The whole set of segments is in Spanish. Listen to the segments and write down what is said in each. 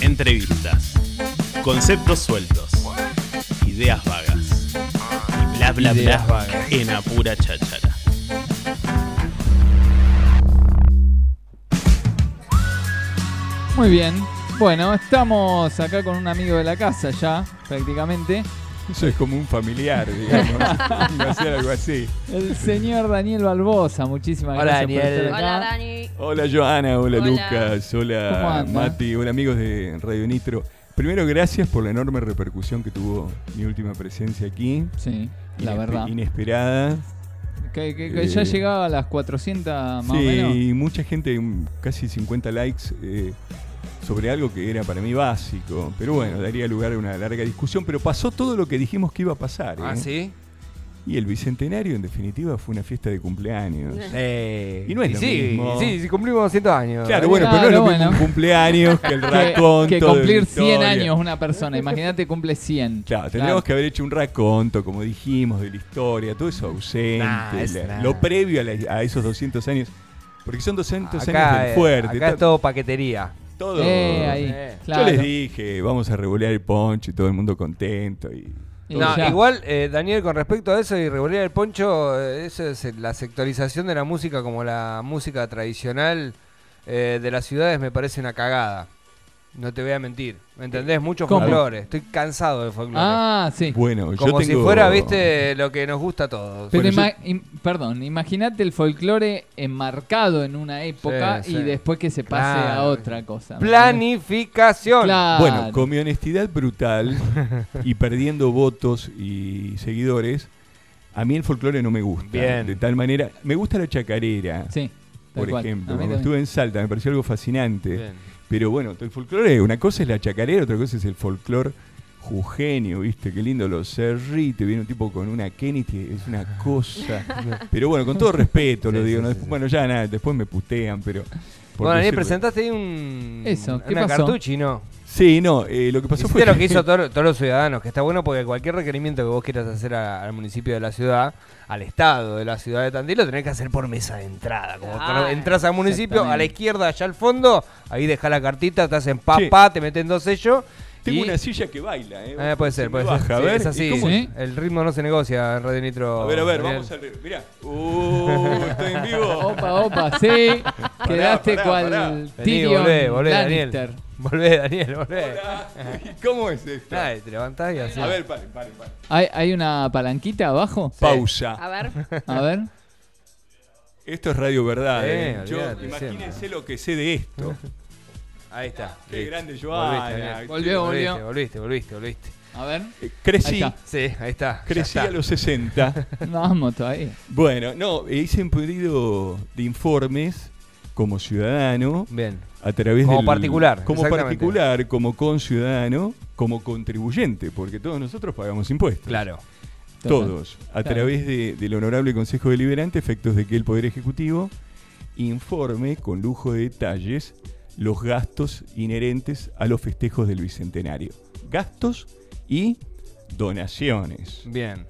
entrevistas, conceptos sueltos, ideas vagas y bla bla Ideas bla vagas. en apura cháchara. Muy bien. Bueno, estamos acá con un amigo de la casa ya, prácticamente. Eso es como un familiar, digamos. Iba a ser algo así. El señor Daniel Balbosa, muchísimas Hola, gracias por Daniel. estar acá. Hola Dani. Hola Joana, hola, Hola. Lucas, ¿Cómo hola anda? Mati, hola amigos de Radio Nitro. Primero, gracias por la enorme repercusión que tuvo mi última presencia aquí. Sí, la Inespe- verdad. Inesperada. Que, que- que ya Eh, llegaba a las 400 Ah, más o menos. Sí, y mucha gente, mm, casi 50 likes eh, sobre algo que era para mí básico. Pero bueno, daría lugar a una larga discusión. Pero pasó todo lo que dijimos que iba a pasar. ¿Ah, ¿eh? sí? Y el bicentenario, en definitiva, fue una fiesta de cumpleaños. Eh, Y no es lo sí, mismo. Sí, sí, cumplimos 200 años. Claro, bueno, pero no es Claro, lo mismo un bueno. cumpleaños que el Que- raconto. que, de cumplir una 100 historia. años una persona. Imagínate, cumple 100. Claro, tendríamos que haber hecho un raconto, como dijimos, de la historia, todo eso ausente, Nah, es la- nah. lo previo a, la- a esos 200 años. Porque son 200 años acá, del eh, fuerte, acá to- es todo paquetería. todo. Eh, ahí, Eh. claro. Yo les dije, vamos a revolear el poncho y todo el mundo contento. Y... Y No, ya. igual, eh, Daniel, con respecto a eso y revolver el poncho, eh, eso es eh, la sectorización de la música como la música tradicional eh, de las ciudades me parece una cagada. No te voy a mentir. ¿Me entendés? Mucho ¿Cómo? folclore. Estoy cansado de folclore. Ah, sí. Bueno, yo como tengo... si fuera, viste, lo que nos gusta a todos. Pero Bueno, ima- im- perdón, imagínate el folclore enmarcado en una época Sí, y sí. después que se pase a Claro. otra cosa. Planificación. Claro. Bueno, con mi honestidad brutal y perdiendo votos y seguidores, a mí el folclore no me gusta. Bien. De tal manera, me gusta la chacarera, Sí, tal por cual. ejemplo. A mí Cuando también. estuve en Salta, me pareció algo fascinante. Bien. Pero bueno, el folclore, una cosa es la chacarera, otra cosa es el folclore jujeño, ¿viste? Qué lindo los cerritos, viene un tipo con una Kennedy, es una cosa. pero bueno, con todo respeto lo Sí, digo. sí, ¿no? sí, sí. Bueno, ya nada, después me putean, pero... por Bueno, Daniel, decirlo- presentaste ahí un. Eso, ¿qué una pasó? cartuchi, ¿no? Sí, no, eh, lo que pasó Hiciste fue... lo que hizo todo- todos los ciudadanos, que está bueno porque cualquier requerimiento que vos quieras hacer a- al municipio de la ciudad, al estado de la ciudad de Tandil, lo tenés que hacer por mesa de entrada. Como Ah, cuando entras al municipio, a la exactamente. izquierda, allá al fondo, ahí dejás la cartita, te hacen papá, te meten dos sellos. Tengo y- una silla que baila, ¿eh? Eh, puede Se ser, me puede baja, ser. A Sí, ver, es así. ¿y cómo ¿Sí? es? El ritmo no se negocia en Radio Nitro. A ver, a ver, Daniel. vamos al re- Mirá. Uh, estoy en vivo. Opa, opa, sí. Quedaste pará, cual pará. Vení, Tyrion volvé, volvé, Lannister. Daniel. Volvé, Daniel, volvé. Hola. ¿Y ¿Cómo es esto? Dale, te levantás y así. A ver, paren, paren, paren. ¿Hay, hay una palanquita abajo? A Ah. Pausa. ver, A ver. Esto es Radio Verdad. Sí, ¿eh? Yo- olvídate, imagínense lo que sé de esto. Ahí está. Qué listo. grande Eh, Volviste, Joana. Daniel. Volvió, Volviste, volvió. volviste, volviste, volviste. A ver. Eh, Ahí Crecí, está. Sí, ahí está. ya crecí está. a los 60. Vamos todavía. Bueno, no, eh, hice un pedido de informes como ciudadano Bien. a través Como del- particular, Como exactamente. particular, como conciudadano, como contribuyente, porque todos nosotros pagamos impuestos. Claro. Todos, a Claro. través de- del Honorable Consejo Deliberante, efectos de que el Poder Ejecutivo informe con lujo de detalles los gastos inherentes a los festejos del Bicentenario. Gastos y donaciones. Bien.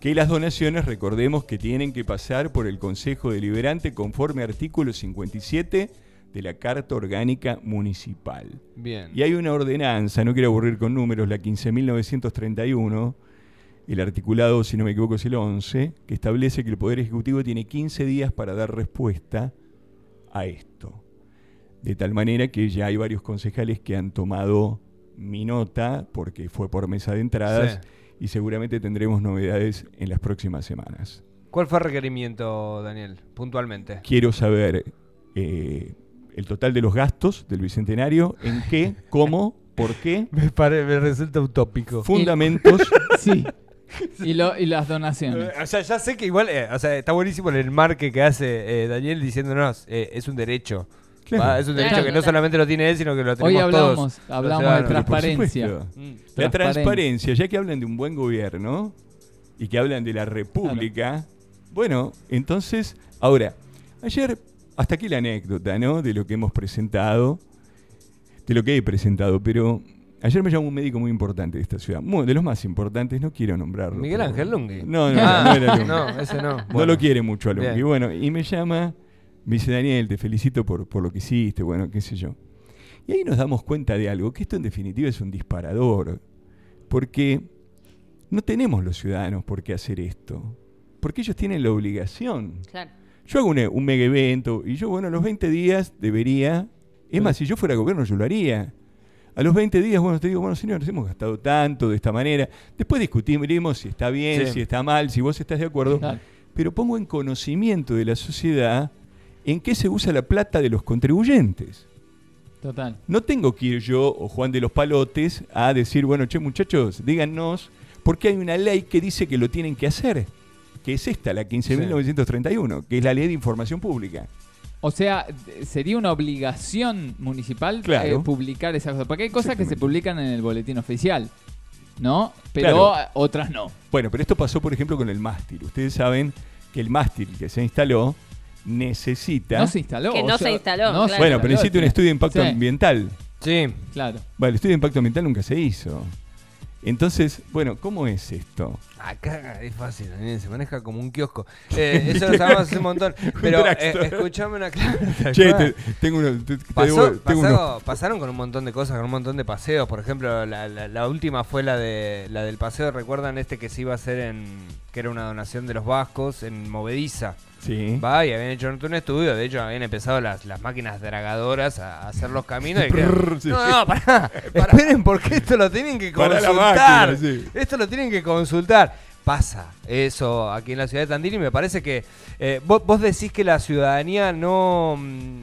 Que las donaciones, recordemos que tienen que pasar por el Consejo Deliberante conforme artículo 57 de la Carta Orgánica Municipal. Bien. Y hay una ordenanza, no quiero aburrir con números, la 15.931, el articulado, si no me equivoco, es el 11, que establece que el Poder Ejecutivo tiene 15 días para dar respuesta a esto. De tal manera que ya hay varios concejales que han tomado mi nota, porque fue por mesa de entradas, Sí. y seguramente tendremos novedades en las próximas semanas. ¿Cuál fue el requerimiento, Daniel? Puntualmente. Quiero saber eh, el total de los gastos del Bicentenario, en qué, cómo, por qué. Me, resulta utópico. fundamentos. Sí. Y, lo, y las donaciones. Eh, O sea, ya sé que igual, eh, o sea, está buenísimo el enmarque que hace eh, Daniel diciéndonos, eh, es un derecho. Claro. Va, Ah, es un derecho Claro, que no total. solamente lo tiene él, sino que lo Hoy tenemos hablamos, todos. hablamos Los de ciudadanos. Por transparencia. supuesto. Mm. La Transparencia. transparencia, ya que hablan de un buen gobierno y que hablan de la república, bueno, entonces, ahora, ayer, hasta aquí la anécdota, ¿no? De lo que hemos presentado, de lo que he presentado, pero ayer me llamó un médico muy importante de esta ciudad, muy- de los más importantes, no quiero nombrarlo. Miguel pero- Ángel Lungui. No, no, Ah, no, era Lunghi. no, ese no. No Bueno. lo quiere mucho a Lunghi. Bien. Bueno, y me llama, me dice Daniel, te felicito por, por lo que hiciste, bueno, qué sé yo. Y ahí nos damos cuenta de algo, que esto en definitiva es un disparador, porque no tenemos los ciudadanos por qué hacer esto, porque ellos tienen la obligación. Claro. Yo hago un, e- un mega evento y yo, bueno, a los 20 días debería. Es más, si yo fuera gobierno, yo lo haría. A los 20 días, bueno, te digo, bueno, señores, hemos gastado tanto de esta manera. Después discutiremos si está bien, Sí. si está mal, si vos estás de acuerdo. Claro. Pero pongo en conocimiento de la sociedad en qué se usa la plata de los contribuyentes. Total. No tengo que ir yo o Juan de los Palotes a decir, bueno, che, muchachos, díganos, porque hay una ley que dice que lo tienen que hacer, que es esta, la 15.931, que es la ley de información pública. O sea, d- sería una obligación municipal Claro. eh, publicar esas cosas. Porque hay cosas que se Exactamente. publican en el boletín oficial, ¿no? Pero Claro. a- otras no. Bueno, pero esto pasó, por ejemplo, con el mástil. Ustedes saben que el mástil que se instaló necesita... No se instaló. Que o no sea, se instaló, no se claro. bueno, pero necesita un tiene- estudio de impacto Sí, ambiental. Sí. Claro. Bueno, el estudio de impacto ambiental nunca se hizo. Entonces, bueno, ¿cómo es esto? Acá es fácil, Daniel, se maneja como un kiosco. Eh, eso lo sabemos hace un montón. Pero eh, tractor. escuchame una clave. Che, te- tengo, uno- te- te Pasó- debo- tengo unos- pasado- pasaron con un montón de cosas, con un montón de paseos. Por ejemplo, la, la- la última fue la de la del paseo, ¿recuerdan este que se iba a hacer en. que era una donación de los vascos en Movediza? Sí. Va, y habían hecho un estudio, de hecho habían empezado las, las máquinas dragadoras a hacer los caminos y que- Prrr, sí. No, no, pará, esperen porque esto lo tienen que Pará la consultar. máquina, sí. Esto lo tienen que consultar. Pasa eso aquí en la ciudad de Tandil y me parece que eh, vos, vos decís que la ciudadanía no... mm,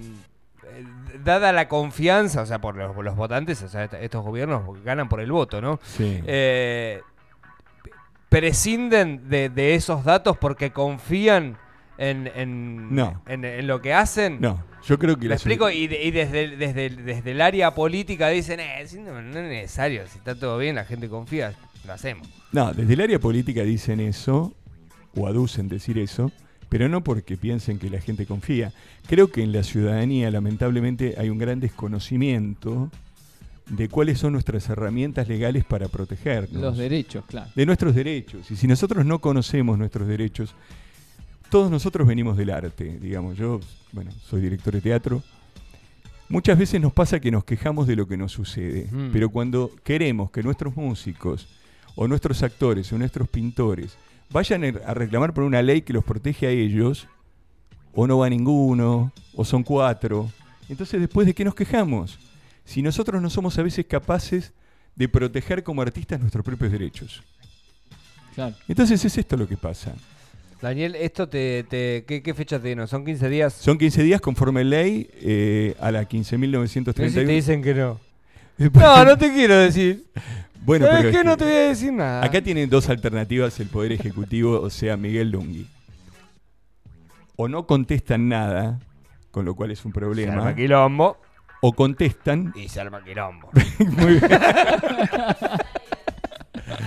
eh, Dada la confianza, o sea, por los, por los votantes, o sea, est- estos gobiernos ganan por el voto, ¿no? Sí. eh, prescinden de, de esos datos porque confían en, en, No. en, en lo que hacen. No, yo creo que ¿Me la explico? solu- Y, de- y desde, el- desde, el- desde el área política dicen, eh, si no, no es necesario, si está todo bien, la gente confía, lo hacemos. No, desde el área política dicen eso, o aducen decir eso, pero no porque piensen que la gente confía. Creo que en la ciudadanía, lamentablemente, hay un gran desconocimiento de cuáles son nuestras herramientas legales para protegernos. Los derechos, claro. de nuestros derechos. Y si nosotros no conocemos nuestros derechos, todos nosotros venimos del arte, digamos. Yo, bueno, soy director de teatro. Muchas veces nos pasa que nos quejamos de lo que nos sucede, Mm. pero cuando queremos que nuestros músicos o nuestros actores o nuestros pintores vayan er- a reclamar por una ley que los protege a ellos, o no va ninguno, o son cuatro, entonces después de qué nos quejamos? Si nosotros no somos a veces capaces de proteger como artistas nuestros propios derechos. claro. Entonces es esto lo que pasa. Daniel, esto te, te- ¿qué, qué fecha tiene? ¿Son 15 días? Son 15 días conforme ley eh, a la Pero si te 15.931. dicen que no. Eh, No, no te quiero decir. Bueno, ¿Sabes pero qué? es No que te voy a decir nada. acá tienen dos alternativas el Poder Ejecutivo, o sea, Miguel Lungui. O no contestan nada, con lo cual es un se problema, arma quilombo. o contestan. Y se arma quilombo. Muy bien.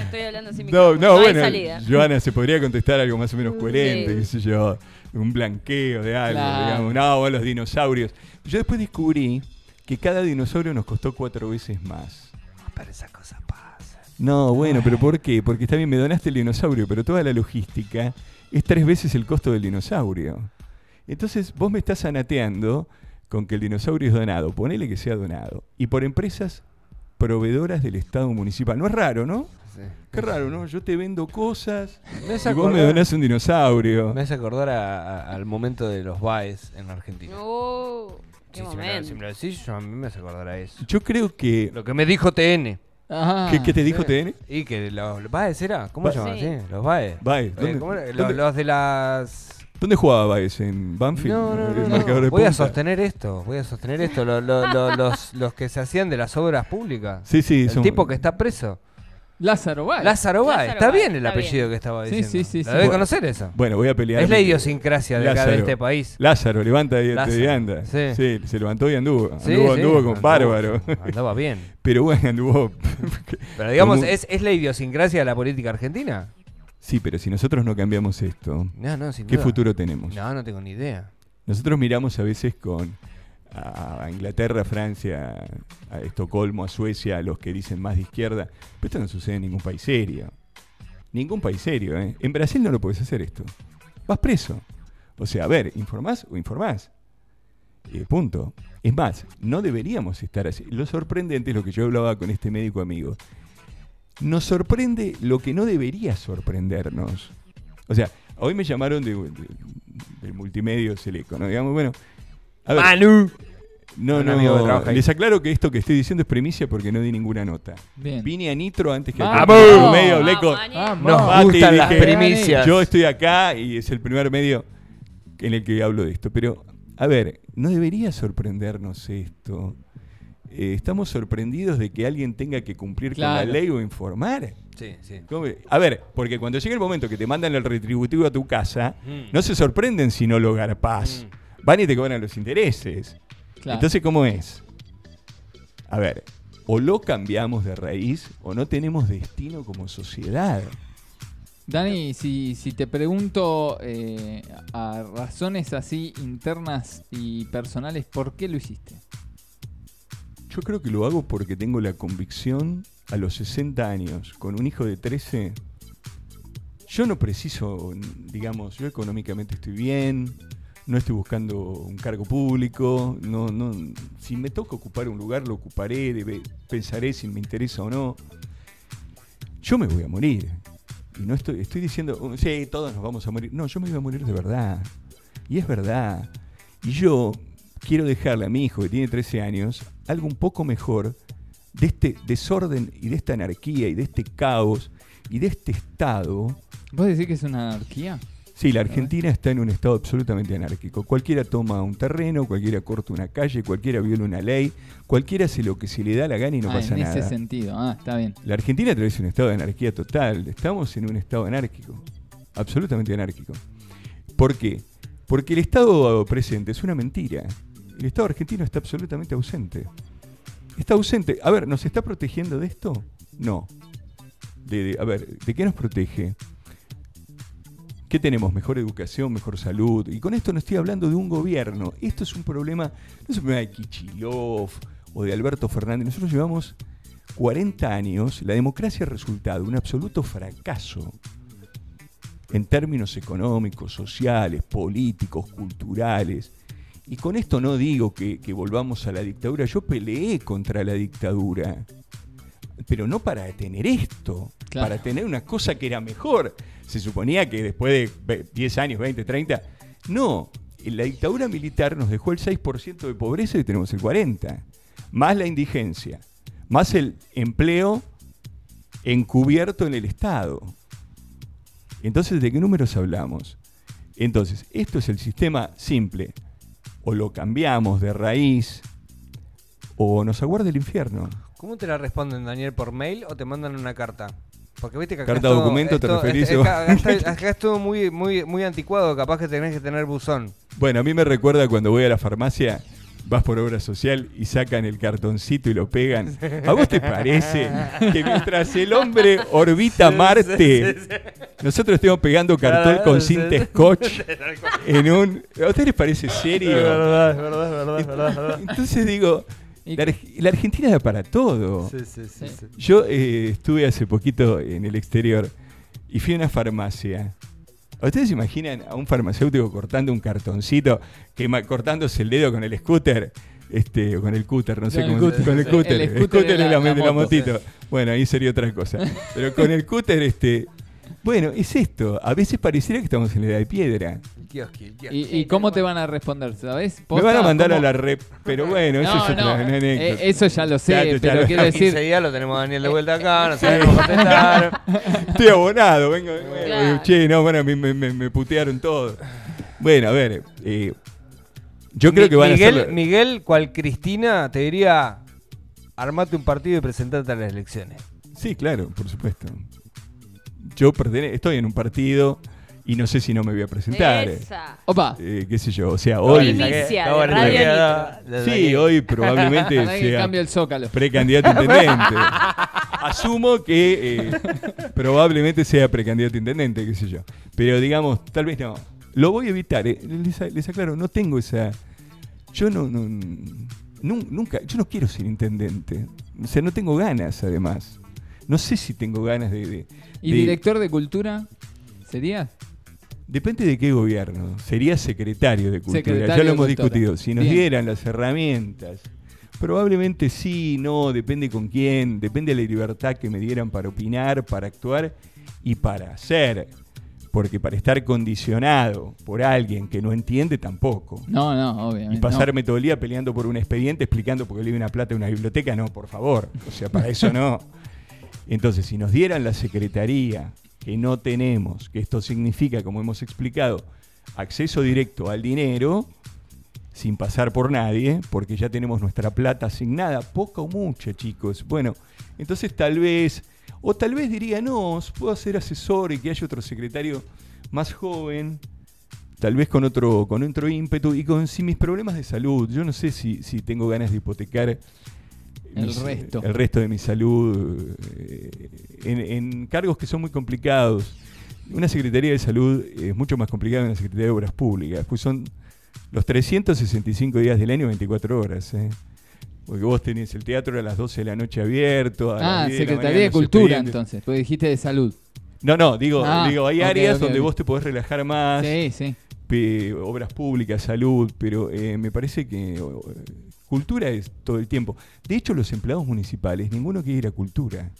Estoy hablando sin No, micrófono. no, hay bueno, salida. Joana, se podría contestar algo más o menos coherente, Sí. qué sé yo, un blanqueo de algo, Claro. digamos, no, vos los dinosaurios. Yo después descubrí que cada dinosaurio nos costó cuatro veces más. Pero esas cosas pasan. No, bueno, pero ¿por qué? Porque está bien, me donaste el dinosaurio, pero toda la logística es tres veces el costo del dinosaurio. Entonces, vos me estás anateando con que el dinosaurio es donado, ponele que sea donado, y por empresas proveedoras del Estado municipal. No es raro, ¿no? Qué raro, ¿no? Yo te vendo cosas Me hace y vos me acordar- donás un dinosaurio. Me hace acordar a- a- al momento de los baes en Argentina. Oh, qué Sí, si, me lo, si me momento. lo decís, yo a mí me hace acordar a eso. Yo creo que... Lo que me dijo TN. Ah, ¿Qué, qué te dijo Sí. TN? Y que los, los baes era. ¿Cómo Ba- se llama? Sí. Sí, los baes. Baez, Eh, ¿dónde- ¿cómo era? Lo- dónde- Los de las. ¿Dónde jugaba Baez? ¿En Banfield? No, no, ¿El no, no. marcador de Voy a punta? sostener esto. Voy a sostener esto. Lo- lo- lo- los, los que se hacían de las obras públicas. Sí, sí. El son- tipo que está preso. Lázaro Báez. Lázaro Baez. Lázaro Está Baez, bien el está apellido que estaba Sí, diciendo. sí, sí, Lo sí. debe Bueno. conocer eso. Bueno, voy a pelear. Es la idiosincrasia de acá de Lázaro. este país. Lázaro, levanta y Lázaro, y anda. sí. Sí. se levantó y anduvo. Sí, anduvo, sí, anduvo con andaba- Bárbaro. Andaba bien. Pero bueno, anduvo. Pero digamos, Como- ¿es, ¿es la idiosincrasia de la política argentina? Sí, pero si nosotros no cambiamos esto, No, no, sin ¿qué duda. futuro tenemos? No, no tengo ni idea. Nosotros miramos a veces con a a Inglaterra, a Francia, a Estocolmo, a Suecia, a los que dicen más de izquierda. Pero esto no sucede en ningún país serio. Ningún país serio, ¿eh? En Brasil no lo puedes hacer esto. Vas preso. O sea, a ver, ¿informás o informás? Y Eh, punto. Es más, no deberíamos estar así. Lo sorprendente es lo que yo hablaba con este médico amigo. Nos sorprende lo que no debería sorprendernos. O sea, hoy me llamaron de- de- del multimedio Seleco, ¿no? Digamos, bueno. a ver, Manu. no, un amigo que no, trabaja ahí. les aclaro que esto que estoy diciendo es primicia porque no di ninguna nota. Bien. Vine a Nitro antes que ¡Vamos! al medio, Ah, Bleco. Mani. Ah, Vamos. Nos Mati, gustan las dije, primicias. Yo estoy acá y es el primer medio en el que hablo de esto. Pero, a ver, no debería sorprendernos esto. Eh, estamos sorprendidos de que alguien tenga que cumplir con Claro. la ley o informar. Sí, sí. ¿Cómo que- A ver, porque cuando llega el momento que te mandan el retributivo a tu casa, Mm. no se sorprenden si no lo garpás. Van y te cobran los intereses. Claro. Entonces, ¿cómo es? A ver, o lo cambiamos de raíz o no tenemos destino como sociedad. Dani, si, si te pregunto eh, a razones así internas y personales, ¿por qué lo hiciste? Yo creo que lo hago porque tengo la convicción a los 60 años, con un hijo de 13. Yo no preciso, digamos, yo económicamente estoy bien, no estoy buscando un cargo público, no, no, si me toca ocupar un lugar lo ocuparé, debe- pensaré si me interesa o no. Yo me voy a morir. Y no estoy, estoy diciendo, "Oh, sí, todos nos vamos a morir. No, yo me voy a morir de verdad. Y es verdad. Y yo quiero dejarle a mi hijo que tiene 13 años algo un poco mejor de este desorden y de esta anarquía y de este caos y de este estado. ¿Vos decís que es una anarquía? Sí, la Argentina está en un estado absolutamente anárquico. Cualquiera toma un terreno, cualquiera corta una calle, cualquiera viola una ley, cualquiera hace lo que se le da la gana y no Ah, pasa en nada. ese sentido. Ah, está bien. La Argentina atraviesa un estado de anarquía total. Estamos en un estado anárquico. Absolutamente anárquico. ¿Por qué? Porque el estado presente es una mentira. El estado argentino está absolutamente ausente. Está ausente. A ver, ¿nos está protegiendo de esto? No. De- de- a ver, ¿de qué nos protege? ¿Qué tenemos? Mejor educación, mejor salud. Y con esto no estoy hablando de un gobierno. Esto es un problema, no es un problema de Kichilov o de Alberto Fernández. Nosotros llevamos 40 años, la democracia ha resultado un absoluto fracaso en términos económicos, sociales, políticos, culturales. Y con esto no digo que, que volvamos a la dictadura. Yo peleé contra la dictadura. Pero no para tener esto, Claro. para tener una cosa que era mejor. Se suponía que después de ve- 10 años, 20, 30. No, la dictadura militar nos dejó el 6% de pobreza y tenemos el 40%. Más la indigencia, más el empleo encubierto en el Estado. Entonces, ¿de qué números hablamos? Entonces, esto es el sistema simple. O lo cambiamos de raíz o nos aguarda el infierno. ¿Cómo te la responden, Daniel? ¿Por mail o te mandan una carta? Porque viste que acá Carta es todo- documento, es ¿te todo- referís, es- es- vos? acá, está- acá es todo muy, muy, muy anticuado, capaz que tenés que tener buzón. Bueno, a mí me recuerda cuando voy a la farmacia, vas por obra social y sacan el cartoncito y lo pegan. ¿A vos te parece que mientras el hombre orbita Marte, nosotros estemos pegando cartón Claro, con Ah, sí, cinta sí. scotch en un... ¿A ustedes les parece serio? es verdad, es verdad, es Entonces digo, Y- la, Arge- la Argentina da para todo. Sí, sí, sí, Sí. sí. Yo eh, estuve hace poquito en el exterior y fui a una farmacia. ¿A ¿Ustedes se imaginan a un farmacéutico cortando un cartoncito, que ma- cortándose el dedo con el scooter? Este, o con el cúter, no sé Con el cómo cúter, Con el sí. cúter. El El scooter era cúter es la, la de la moto, sí. motito. Bueno, ahí sería otra cosa. Pero con el cúter, este. Bueno, es esto. A veces pareciera que estamos en la edad de piedra. El kioski, el kioski. ¿Y, Sí, y cómo tal te cual. van a responder? ¿Sabes? Me van a mandar a la rep. Pero bueno, eso No, es otra no, anécdota. eh, eso ya lo sé, Ya, ya pero lo- quiero decir, Enseguida lo tenemos a Daniel de vuelta acá, no sabemos contestar. Estoy abonado, vengo. vengo, vengo. Claro. Che, no, bueno, me, me- me- me putearon todo. Bueno, a ver. eh, yo creo Mi- que van Miguel, a hacerlo- Miguel, cual Cristina, te diría: armate un partido y presentate a las elecciones. Sí, claro, por supuesto. Yo pertene- estoy en un partido y no sé si no me voy a presentar. Esa. opa, Eh, qué sé yo, o sea, Hoy. hoy. Primicia Ahora de le saqué- Radio ahora le saqué- Sí, hoy probablemente para que sea cambie el zócalo. precandidato a intendente. Asumo que eh, probablemente sea precandidato a intendente, qué sé yo. Pero digamos, tal vez no. Lo voy a evitar. eh. Les, les aclaro, no tengo esa. Yo no, no- nun- Nunca. Yo no quiero ser intendente. O sea, no tengo ganas, además. No sé si tengo ganas de. de- ¿Y de- director de cultura sería? Depende de qué gobierno. Sería secretario de Cultura. Secretario ya de lo hemos Cultura. discutido. Si nos Bien. dieran las herramientas, probablemente sí, no, depende con quién, depende de la libertad que me dieran para opinar, para actuar y para hacer. Porque para estar condicionado por alguien que no entiende tampoco. No, no, obviamente. Y pasarme todo el día peleando por un expediente, explicando por qué le di una plata a una biblioteca, no, por favor. O sea, para eso no. Entonces, si nos dieran la secretaría, que no tenemos, que esto significa, como hemos explicado, acceso directo al dinero, sin pasar por nadie, porque ya tenemos nuestra plata asignada, poca o mucha, chicos. Bueno, entonces tal vez, o tal vez diría, no, os puedo hacer asesor y que haya otro secretario más joven, tal vez con otro, con otro ímpetu y con si mis problemas de salud. Yo no sé si, si tengo ganas de hipotecar El resto. el resto de mi salud eh, en, en cargos que son muy complicados. Una Secretaría de Salud es mucho más complicada que una Secretaría de Obras Públicas, pues son los 365 días del año, 24 horas. ¿eh? Porque vos tenés el teatro a las 12 de la noche abierto. a las Ah, 10 de la Secretaría mañana de los Cultura expedientes. entonces, porque dijiste de salud. No, no, digo, Ah, digo hay ok, áreas ok, donde ok. vos te podés relajar más, Sí, sí. pe- obras públicas, salud, pero eh, me parece que o- o- cultura es todo el tiempo. De hecho, los empleados municipales, ninguno quiere ir a cultura.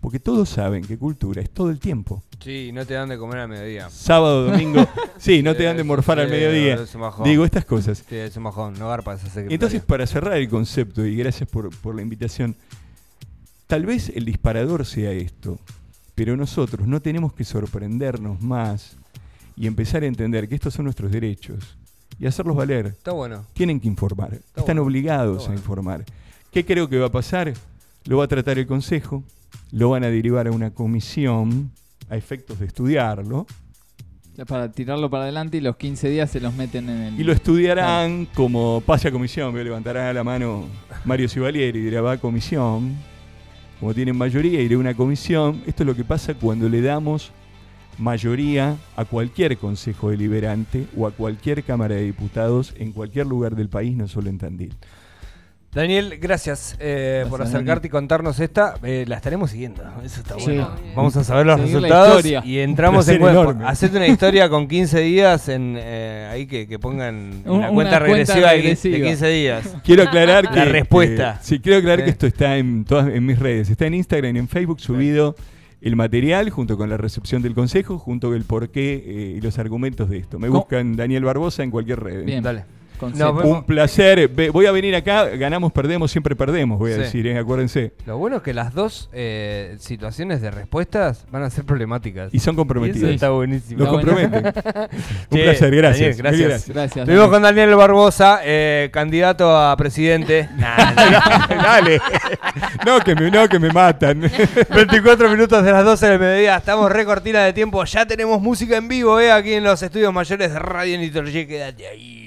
Porque todos saben que cultura es todo el tiempo. Sí, no te dan de comer al mediodía. Sábado, domingo. sí, no te dan de Sí, morfar al sí, mediodía. es un bajón. Digo estas cosas. Sí, es un mojón, no garpa esa secretaria. Entonces, para cerrar el concepto, y gracias por, por la invitación, tal vez el disparador sea esto, pero nosotros no tenemos que sorprendernos más y empezar a entender que estos son nuestros derechos y hacerlos valer. Está bueno. Tienen que informar, están bueno, obligados está a bueno. informar. ¿Qué creo que va a pasar? Lo va a tratar el Consejo, lo van a derivar a una comisión a efectos de estudiarlo, Para tirarlo para adelante y los 15 días se los meten en el. Y lo estudiarán como pase a comisión, que levantará la mano Mario Civalieri y dirá, va a comisión. Como tienen mayoría, iré a una comisión. Esto es lo que pasa cuando le damos mayoría a cualquier consejo deliberante o a cualquier Cámara de Diputados en cualquier lugar del país, no solo en Tandil. Daniel, gracias eh, Gracias, por Daniel. acercarte y contarnos esta. Eh, la estaremos siguiendo. Eso está Sí. bueno. Muy bien. Vamos a saber los Seguir la resultados historia. y entramos Un en placer cuerpo. enorme. Hacete una historia con 15 días en eh, ahí que, que pongan Un- una una cuenta cuenta regresiva, de qui- de regresiva. 15 días. Quiero aclarar que. La respuesta. Eh. que- sí, quiero aclarar Sí. que esto está en todas en mis redes. Está en Instagram y en Facebook subido el material junto con la recepción del consejo, junto con el porqué eh, y los argumentos de esto. Me ¿Cómo? buscan Daniel Barbosa en cualquier red. Bien. Dale. Con No, Z. vemos. Un placer. Ve- Voy a venir acá. Ganamos, perdemos, siempre perdemos, voy a Sí. decir, eh, acuérdense. Lo bueno es que las dos eh, situaciones de respuestas van a ser problemáticas. Y son Y eso comprometidos. está buenísimo. Los Está bueno. comprometen. Un Che, placer, gracias. Daniel, gracias. Mil Gracias. Estuvimos Daniel. con Daniel Barbosa, eh, candidato a presidente. Nah, Dale. No, que me, no, que me matan. 24 minutos de las 12 del mediodía, estamos re cortina de tiempo, ya tenemos música en vivo eh, aquí en los estudios mayores de Radio Nitorje, quédate ahí.